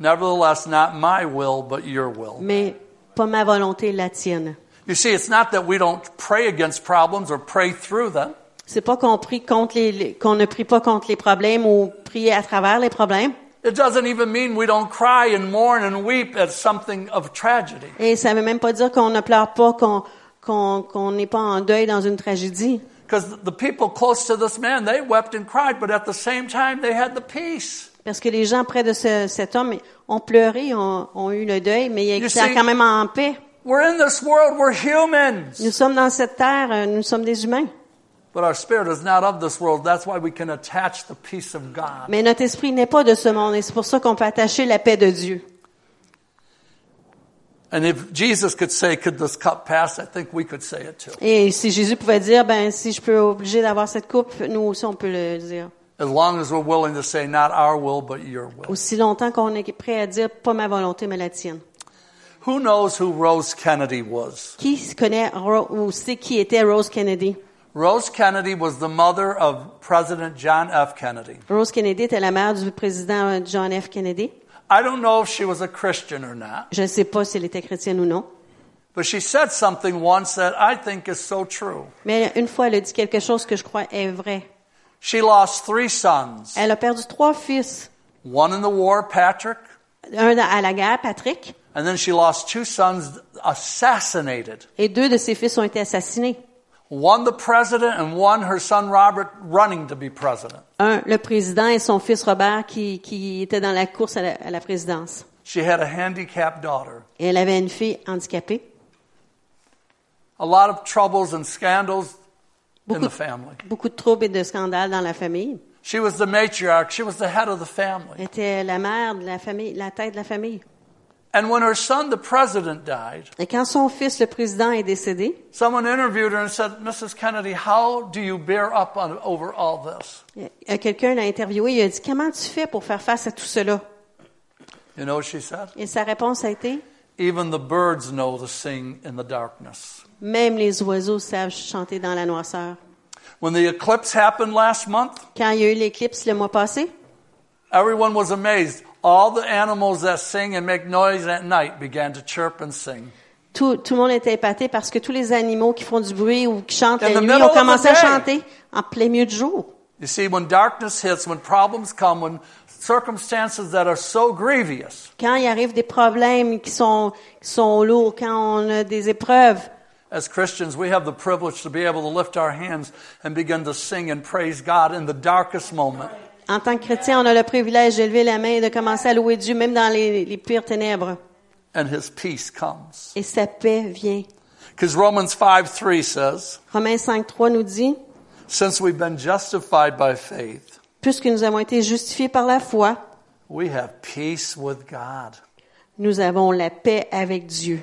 [SPEAKER 1] Nevertheless, not my will, but your will.
[SPEAKER 2] Mais pas ma volonté, la tienne.
[SPEAKER 1] You see, it's not that we don't pray against problems or pray through them.
[SPEAKER 2] C'est pas qu'on prie contre les, les- qu'on ne prie pas contre les problèmes ou prier à travers les problèmes.
[SPEAKER 1] It doesn't even mean we don't cry and mourn and weep at something of tragedy.
[SPEAKER 2] Et ça veut même pas dire qu'on ne pleure pas, qu'on, qu'on, qu'on n'est pas en deuil dans une tragédie.
[SPEAKER 1] Because the people close to this man, they wept and cried, but at the same time, they had the peace.
[SPEAKER 2] Parce que les gens près de ce- cet homme ont pleuré, ont, ont eu le deuil, mais ils
[SPEAKER 1] You
[SPEAKER 2] étaient
[SPEAKER 1] see-
[SPEAKER 2] quand même en paix.
[SPEAKER 1] We're in this world, we're humans.
[SPEAKER 2] Nous sommes dans cette terre, euh, nous sommes des humains.
[SPEAKER 1] But our spirit is not of this world. That's why we can attach the peace of God.
[SPEAKER 2] Mais notre esprit n'est pas de ce monde et c'est pour ça qu'on peut attacher la paix de Dieu.
[SPEAKER 1] And if Jesus could say, Could this cup pass? I think we could say it too.
[SPEAKER 2] Et si Jésus pouvait dire, ben, si je peux obliger d'avoir cette coupe, nous aussi on peut le dire.
[SPEAKER 1] As long as we're willing to say, Not our will, but your will.
[SPEAKER 2] Aussi longtemps qu'on est prêt à dire, pas ma volonté, mais la tienne.
[SPEAKER 1] Who knows who Rose Kennedy was?
[SPEAKER 2] Qui se connaît Ro- ou sait qui était Rose Kennedy?
[SPEAKER 1] Rose Kennedy was the mother of President John F. Kennedy.
[SPEAKER 2] Rose Kennedy était la mère du président euh, John F. Kennedy.
[SPEAKER 1] I don't know if she was a Christian or not,
[SPEAKER 2] Je ne sais pas si elle était chrétienne ou non.
[SPEAKER 1] but she said something once that I think is so true.
[SPEAKER 2] Mais une fois, elle a dit quelque chose que je crois est vrai.
[SPEAKER 1] She lost three sons
[SPEAKER 2] Elle a perdu trois fils.
[SPEAKER 1] one in the war, Patrick,
[SPEAKER 2] Un à la guerre, Patrick,
[SPEAKER 1] and then she lost two sons assassinated.
[SPEAKER 2] et deux de ses fils ont été assassinés.
[SPEAKER 1] One the president and one her son Robert running to be president.
[SPEAKER 2] Un, le président et son fils Robert qui, qui était dans la course à la, à la présidence.
[SPEAKER 1] She had a handicapped daughter.
[SPEAKER 2] Et elle avait une fille handicapée.
[SPEAKER 1] A lot of troubles and scandals in
[SPEAKER 2] Beaucoup,
[SPEAKER 1] the family.
[SPEAKER 2] beaucoup de troubles et de scandales dans la famille.
[SPEAKER 1] She was the matriarch. She was the head of the family.
[SPEAKER 2] Elle était la mère de la famille, la tête de la famille.
[SPEAKER 1] And when her son, the president, died,
[SPEAKER 2] Et quand son fils, le président, est décédé,
[SPEAKER 1] someone interviewed her and said, Mrs. Kennedy, how do you bear up on, over all this?
[SPEAKER 2] euh, quelqu'un l'a interviewé, il a dit, comment tu fais pour faire face à tout cela?
[SPEAKER 1] You know what she said?
[SPEAKER 2] Et sa réponse a été,
[SPEAKER 1] Even the birds know to sing in the darkness.
[SPEAKER 2] même les oiseaux savent chanter dans la noirceur.
[SPEAKER 1] When the eclipse happened last month,
[SPEAKER 2] Quand il y a eu l'éclipse le mois passé,
[SPEAKER 1] everyone was amazed. All the animals that sing and make noise at night began to chirp and sing.
[SPEAKER 2] tout, tout le monde était épaté parce que tous les animaux qui font du bruit ou qui chantent
[SPEAKER 1] In
[SPEAKER 2] la
[SPEAKER 1] the
[SPEAKER 2] nuit
[SPEAKER 1] middle
[SPEAKER 2] ont
[SPEAKER 1] of the
[SPEAKER 2] commencé à
[SPEAKER 1] day.
[SPEAKER 2] chanter en plein milieu du jour.
[SPEAKER 1] You see, when darkness hits, when problems come, when circumstances that are so grievous,
[SPEAKER 2] Quand il arrive des problèmes qui sont, qui sont lourds, quand on a des épreuves,
[SPEAKER 1] as Christians, we have the privilege to be able to lift our hands and begin to sing and praise God in the darkest moment.
[SPEAKER 2] en tant que chrétien, on a le privilège d'élever la main et de commencer à louer Dieu, même dans les, les pires ténèbres.
[SPEAKER 1] And his peace comes.
[SPEAKER 2] Et sa paix vient.
[SPEAKER 1] Because Romans 5 3 says,
[SPEAKER 2] Romains 5, 3 nous dit,
[SPEAKER 1] Since we've been justified by faith,
[SPEAKER 2] puisque nous avons été justifiés par la foi,
[SPEAKER 1] we have peace with God.
[SPEAKER 2] nous avons la paix avec Dieu.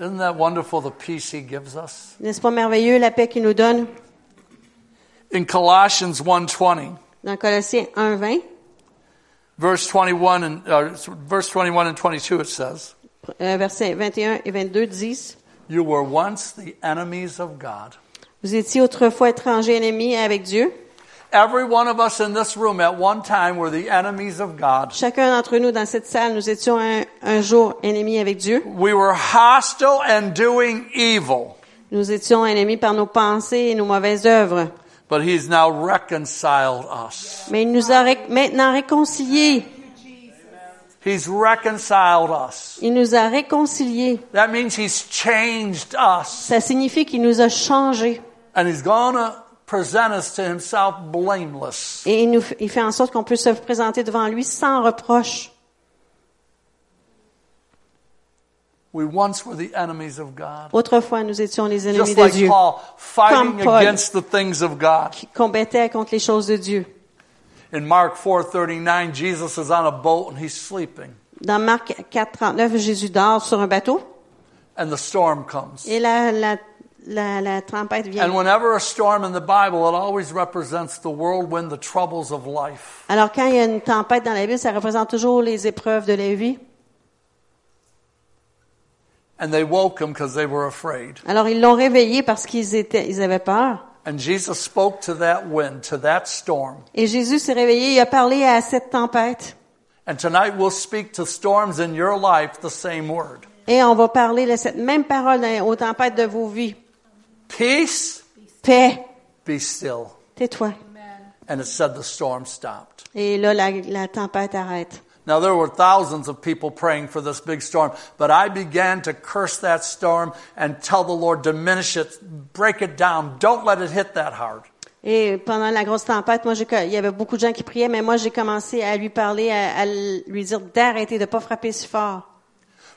[SPEAKER 1] Isn't that wonderful, the peace he gives us?
[SPEAKER 2] N'est-ce pas merveilleux la paix qu'il nous donne?
[SPEAKER 1] In Colossians 1.20,
[SPEAKER 2] Dans Colossiens 1, 20,
[SPEAKER 1] verse 21 and, uh, verse 21 and 22, it says,
[SPEAKER 2] euh, versets 21 et 22 disent,
[SPEAKER 1] You were once the enemies of God.
[SPEAKER 2] Vous étiez autrefois étrangers ennemis avec Dieu.
[SPEAKER 1] Every one of us in this room at one time were the enemies of God.
[SPEAKER 2] Chacun d'entre nous dans cette salle, nous étions un, un jour ennemis avec Dieu.
[SPEAKER 1] We were hostile and doing evil,
[SPEAKER 2] Nous étions ennemis par nos pensées et nos mauvaises œuvres.
[SPEAKER 1] but he's now reconciled us.
[SPEAKER 2] Mais il nous a ré- maintenant réconciliés.
[SPEAKER 1] He's reconciled us.
[SPEAKER 2] Il nous a réconciliés.
[SPEAKER 1] That means he's changed us
[SPEAKER 2] Ça signifie qu'il nous a changés.
[SPEAKER 1] and he's going to present us to himself blameless.
[SPEAKER 2] Et il, nous, f- il fait en sorte qu'on peut se présenter devant lui sans reproche.
[SPEAKER 1] We once were the enemies of God.
[SPEAKER 2] Autrefois, nous étions les ennemis
[SPEAKER 1] Just
[SPEAKER 2] de
[SPEAKER 1] like
[SPEAKER 2] Dieu,
[SPEAKER 1] Paul, fighting
[SPEAKER 2] Comme Paul.
[SPEAKER 1] against the things of God.
[SPEAKER 2] qui combattaient contre les choses de Dieu.
[SPEAKER 1] In Mark 4:39, Jesus is on a boat and he's sleeping,
[SPEAKER 2] Dans Marc 4, 39, Jésus dort sur un bateau
[SPEAKER 1] and the storm comes.
[SPEAKER 2] et la, la, la, la tempête
[SPEAKER 1] And
[SPEAKER 2] vient.
[SPEAKER 1] whenever a storm in the Bible, it always represents the whirlwind, the troubles of life.
[SPEAKER 2] Alors quand il y a une tempête dans la Bible, ça représente toujours les épreuves de la vie.
[SPEAKER 1] And they woke him because they were afraid.
[SPEAKER 2] Alors ils l'ont réveillé parce qu'ils étaient, ils avaient peur.
[SPEAKER 1] And Jesus spoke to that wind, to that storm.
[SPEAKER 2] Et Jésus s'est réveillé, il a parlé à cette tempête.
[SPEAKER 1] And tonight we'll speak to storms in your life the same word.
[SPEAKER 2] Et on va parler de cette même parole dans- aux tempêtes de vos vies.
[SPEAKER 1] Peace,
[SPEAKER 2] Paix,
[SPEAKER 1] be still.
[SPEAKER 2] tais-toi.
[SPEAKER 1] And it said the storm stopped.
[SPEAKER 2] Et là, la, la tempête arrête.
[SPEAKER 1] Now, there were thousands of people praying for this big storm, but I began to curse that storm and tell the Lord, diminish it, break it down, don't let it hit that hard.
[SPEAKER 2] Et pendant la grosse tempête, moi, j'ai, co- il y avait beaucoup de gens qui priaient, mais moi, j'ai commencé à lui parler, à, à lui dire d'arrêter, de pas frapper si fort.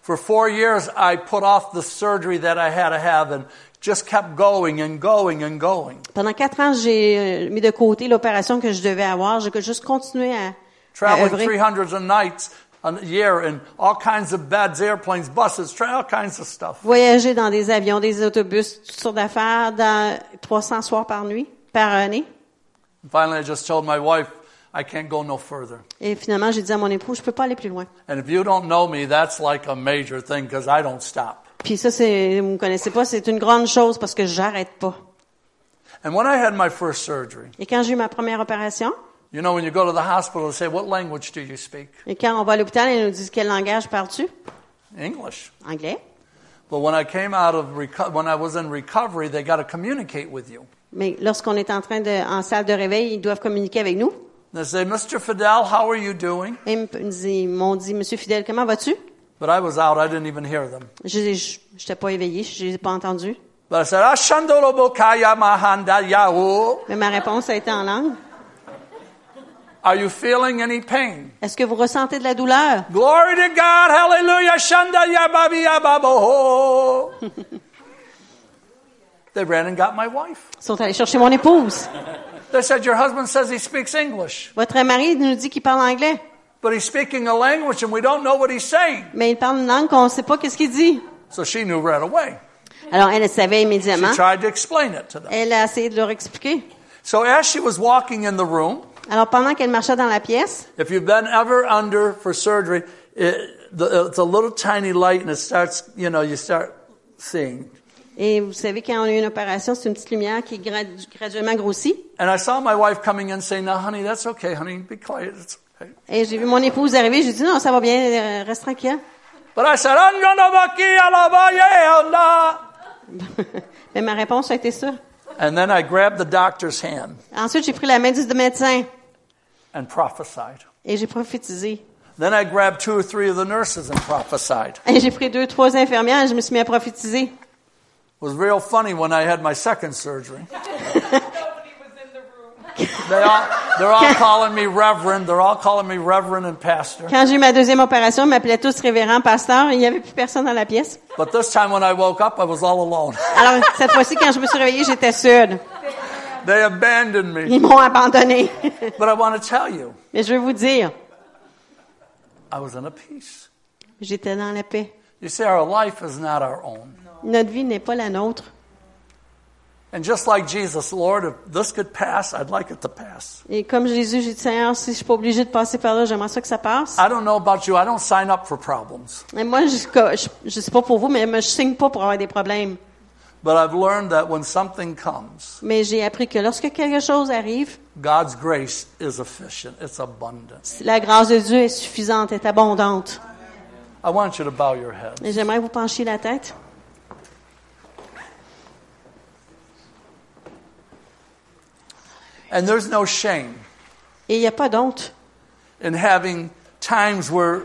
[SPEAKER 1] For four years, I put off the surgery that I had to have and just kept going and going and going.
[SPEAKER 2] Pendant quatre ans, j'ai euh, mis de côté l'opération que je devais avoir. J'ai juste continué à, à
[SPEAKER 1] Traveling
[SPEAKER 2] œuvrer.
[SPEAKER 1] 300 a nights a year in all kinds of beds, airplanes, buses, tra- all kinds of stuff.
[SPEAKER 2] Voyager dans des avions, des autobus, toutes sortes d'affaires, dans 300 soirs par nuit, par année.
[SPEAKER 1] And finally, I just told my wife, I can't go no further.
[SPEAKER 2] Et finalement, j'ai dit à mon époux, je peux pas aller plus loin.
[SPEAKER 1] And if you don't know me, that's like a major thing because I don't stop.
[SPEAKER 2] Puis ça, c'est, vous me connaissez pas, c'est une grande chose parce que j'arrête pas.
[SPEAKER 1] And when I had my first surgery,
[SPEAKER 2] Et quand j'ai eu ma première opération,
[SPEAKER 1] you know, when you go to the hospital, they say, What language do you speak?
[SPEAKER 2] et quand on va à l'hôpital, ils nous disent quel langage parles-tu?
[SPEAKER 1] English.
[SPEAKER 2] Anglais.
[SPEAKER 1] But when I came out of, reco- when I was in recovery, they got to communicate with you.
[SPEAKER 2] Mais lorsqu'on est en train de, en salle de réveil, ils doivent communiquer avec nous.
[SPEAKER 1] They say, Mr. Fidel, how are you doing?
[SPEAKER 2] Et ils me- ils me disent- ils m'ont dit, Monsieur Fidèle, comment vas-tu?
[SPEAKER 1] But I was out, I didn't even hear them.
[SPEAKER 2] Je, je, j'étais pas éveillée, je les ai pas entendus.
[SPEAKER 1] But I said, Ashandolo Bokaya Mahanda Yahoo.
[SPEAKER 2] Mais ma réponse a été en langue.
[SPEAKER 1] Are you feeling any pain?
[SPEAKER 2] Est-ce que vous ressentez de la douleur?
[SPEAKER 1] Glory to God, hallelujah, Shanda Yababi Yababoho. They ran and got my wife.
[SPEAKER 2] Ils sont allés chercher mon épouse.
[SPEAKER 1] They said, Your husband says he speaks English.
[SPEAKER 2] Votre mari nous dit qu'il parle anglais.
[SPEAKER 1] but he's speaking a language and we don't know what he's saying.
[SPEAKER 2] Mais il parle une langue qu'on ne sait pas qu'est-ce qu'il dit.
[SPEAKER 1] So she knew right away.
[SPEAKER 2] Alors, elle le savait
[SPEAKER 1] She
[SPEAKER 2] immédiatement.
[SPEAKER 1] tried to explain it to them.
[SPEAKER 2] Elle a essayé de leur expliquer.
[SPEAKER 1] So as she was walking in the room,
[SPEAKER 2] Alors, pendant qu'elle marchait dans la pièce,
[SPEAKER 1] if you've been ever under for surgery, it, the, it's a little tiny light and it starts, you know, you start seeing.
[SPEAKER 2] et vous savez, quand on a eu une opération, c'est une petite lumière qui gradu- graduellement grossit.
[SPEAKER 1] And I saw my wife coming in saying, now honey, that's okay, honey, be quiet, it's okay.
[SPEAKER 2] Et j'ai vu mon épouse arriver, j'ai dit, non, ça va bien, euh, reste tranquille.
[SPEAKER 1] But I said, I'm gonna walk here, I'll buy you, nah.
[SPEAKER 2] Mais ma réponse a été ça.
[SPEAKER 1] And then I grabbed the doctor's hand
[SPEAKER 2] Ensuite, j'ai pris la main du médecin
[SPEAKER 1] and prophesied.
[SPEAKER 2] et j'ai prophétisé.
[SPEAKER 1] Then I grabbed two or three of the nurses and prophesied.
[SPEAKER 2] Et j'ai pris deux, trois infirmières et je me suis mis à prophétiser.
[SPEAKER 1] It was real funny when I had my second surgery.
[SPEAKER 3] Nobody was in the room.
[SPEAKER 1] They all, they're all calling me reverend. They're all calling me reverend and pastor.
[SPEAKER 2] Quand j'ai eu ma deuxième opération, ils m'appelaient tous révérend, pasteur, et il n'y avait plus personne dans la pièce.
[SPEAKER 1] But this time when I woke up, I was all alone.
[SPEAKER 2] Alors, cette fois-ci, quand je me suis réveillée, j'étais seule.
[SPEAKER 1] They abandoned me.
[SPEAKER 2] Ils m'ont abandonnée.
[SPEAKER 1] But I want to tell you,
[SPEAKER 2] Mais je veux vous dire,
[SPEAKER 1] I was in a peace.
[SPEAKER 2] j'étais dans la paix.
[SPEAKER 1] You see, our life is not our own.
[SPEAKER 2] Notre vie n'est pas la nôtre.
[SPEAKER 1] And just like Jesus, Lord, if this could pass, I'd like it to pass.
[SPEAKER 2] Et comme Jésus, j'ai dit, Seigneur, si je suis pas obligée de passer par là, j'aimerais ça que ça passe.
[SPEAKER 1] I don't know about you. I don't sign up for problems.
[SPEAKER 2] Et moi, je, je, je sais pas pour vous, mais moi, je signe pas pour avoir des problèmes.
[SPEAKER 1] But I've learned that when something comes,
[SPEAKER 2] Mais j'ai appris que lorsque quelque chose arrive,
[SPEAKER 1] God's grace is efficient. It's abundant.
[SPEAKER 2] la grâce de Dieu est suffisante, est abondante.
[SPEAKER 1] I want you to bow your head.
[SPEAKER 2] Et j'aimerais que vous penchiez la tête.
[SPEAKER 1] And there's no shame
[SPEAKER 2] Et il n'y a pas d'honte
[SPEAKER 1] in having times where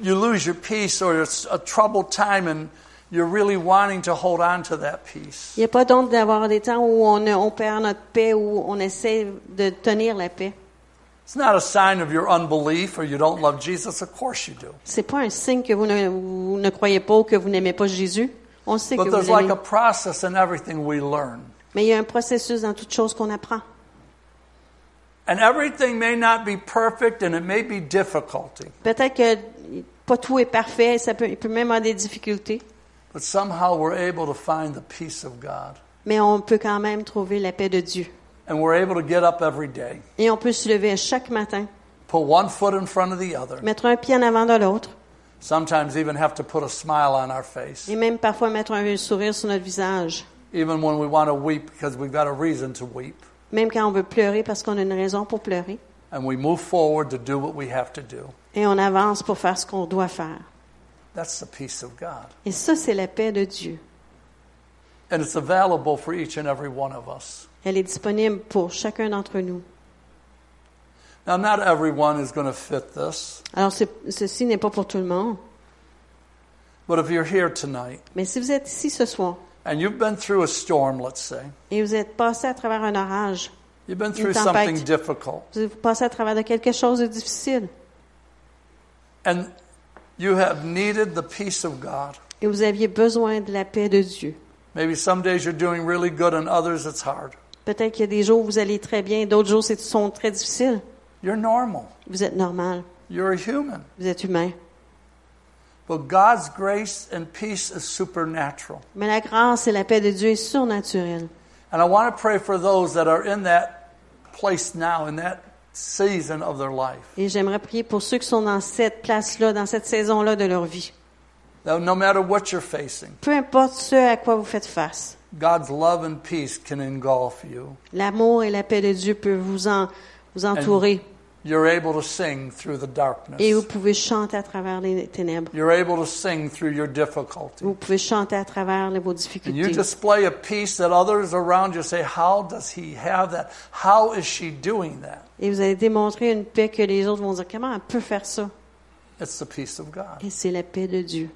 [SPEAKER 1] you lose your peace or it's a troubled time and you're really wanting to hold on to that peace.
[SPEAKER 2] Il n'y a pas d'honte d'avoir des temps où on, on perd notre paix, où on essaie de tenir la paix.
[SPEAKER 1] It's not a sign of your unbelief or you don't love Jesus. Of course you do.
[SPEAKER 2] C'est pas un signe que vous ne, vous ne croyez pas ou que vous n'aimez pas Jésus. On sait que
[SPEAKER 1] But
[SPEAKER 2] vous
[SPEAKER 1] there's like
[SPEAKER 2] l'aimez.
[SPEAKER 1] a process in everything we learn.
[SPEAKER 2] Mais il y a un processus dans toute chose qu'on apprend.
[SPEAKER 1] And everything may not be perfect and it may be difficulty.
[SPEAKER 2] Peut-être que pas tout est parfait, ça peut, il peut même avoir des difficultés,
[SPEAKER 1] But somehow we're able to find the peace of God.
[SPEAKER 2] mais on peut quand même trouver la paix de Dieu.
[SPEAKER 1] And we're able to get up every day,
[SPEAKER 2] Et on peut se lever chaque matin,
[SPEAKER 1] put one foot in front of the other,
[SPEAKER 2] mettre un pied en avant de l'autre,
[SPEAKER 1] sometimes even have to put a smile on our face,
[SPEAKER 2] et même parfois mettre un sourire sur notre visage,
[SPEAKER 1] even when we want to weep because we've got a reason to weep.
[SPEAKER 2] même quand on veut pleurer parce qu'on a une raison pour pleurer.
[SPEAKER 1] And we move forward to do what we have to do.
[SPEAKER 2] Et on avance pour faire ce qu'on doit faire.
[SPEAKER 1] That's the peace of God.
[SPEAKER 2] Et ça, c'est la paix de Dieu.
[SPEAKER 1] And it's available for each and every one of us.
[SPEAKER 2] Elle est disponible pour chacun d'entre nous.
[SPEAKER 1] Now, not everyone is going to fit this,
[SPEAKER 2] Alors, ce- ceci n'est pas pour tout le monde,
[SPEAKER 1] but if you're here tonight
[SPEAKER 2] mais si vous êtes ici ce soir
[SPEAKER 1] and you've been through a storm, let's say,
[SPEAKER 2] et vous êtes passé à travers un orage,
[SPEAKER 1] you've been through
[SPEAKER 2] tempête.
[SPEAKER 1] something difficult,
[SPEAKER 2] vous êtes passé à travers de quelque chose de difficile
[SPEAKER 1] and you have needed the peace of God.
[SPEAKER 2] et vous aviez besoin de la paix de Dieu.
[SPEAKER 1] Maybe some days you're doing really good and others it's hard.
[SPEAKER 2] Peut-être qu'il y a des jours où vous allez très bien, d'autres jours c'est- sont très difficiles.
[SPEAKER 1] You're normal.
[SPEAKER 2] Vous êtes normal,
[SPEAKER 1] You're a human.
[SPEAKER 2] vous êtes humain.
[SPEAKER 1] But God's grace and peace is supernatural.
[SPEAKER 2] Mais la grâce et la paix de Dieu est surnaturelle.
[SPEAKER 1] And I want to pray for those that are in that place now, in that season of their life.
[SPEAKER 2] Et j'aimerais prier pour ceux qui sont dans cette place-là, dans cette saison-là de leur vie.
[SPEAKER 1] That no matter what you're facing,
[SPEAKER 2] Peu importe ce à quoi vous faites face,
[SPEAKER 1] God's love and peace can engulf you.
[SPEAKER 2] l'amour et la paix de Dieu peuvent vous, en, vous entourer
[SPEAKER 1] You're able to sing through the darkness.
[SPEAKER 2] et vous pouvez chanter à travers les ténèbres.
[SPEAKER 1] You're able to sing through your difficulty.
[SPEAKER 2] Vous pouvez chanter à travers les- vos
[SPEAKER 1] And you
[SPEAKER 2] difficultés.
[SPEAKER 1] display a peace that others around you say, How does he have that? How is she doing that?
[SPEAKER 2] Et vous allez démontrer une paix que les autres vont dire, comment elle peut faire ça?
[SPEAKER 1] It's the peace of God.
[SPEAKER 2] Et c'est la paix de Dieu.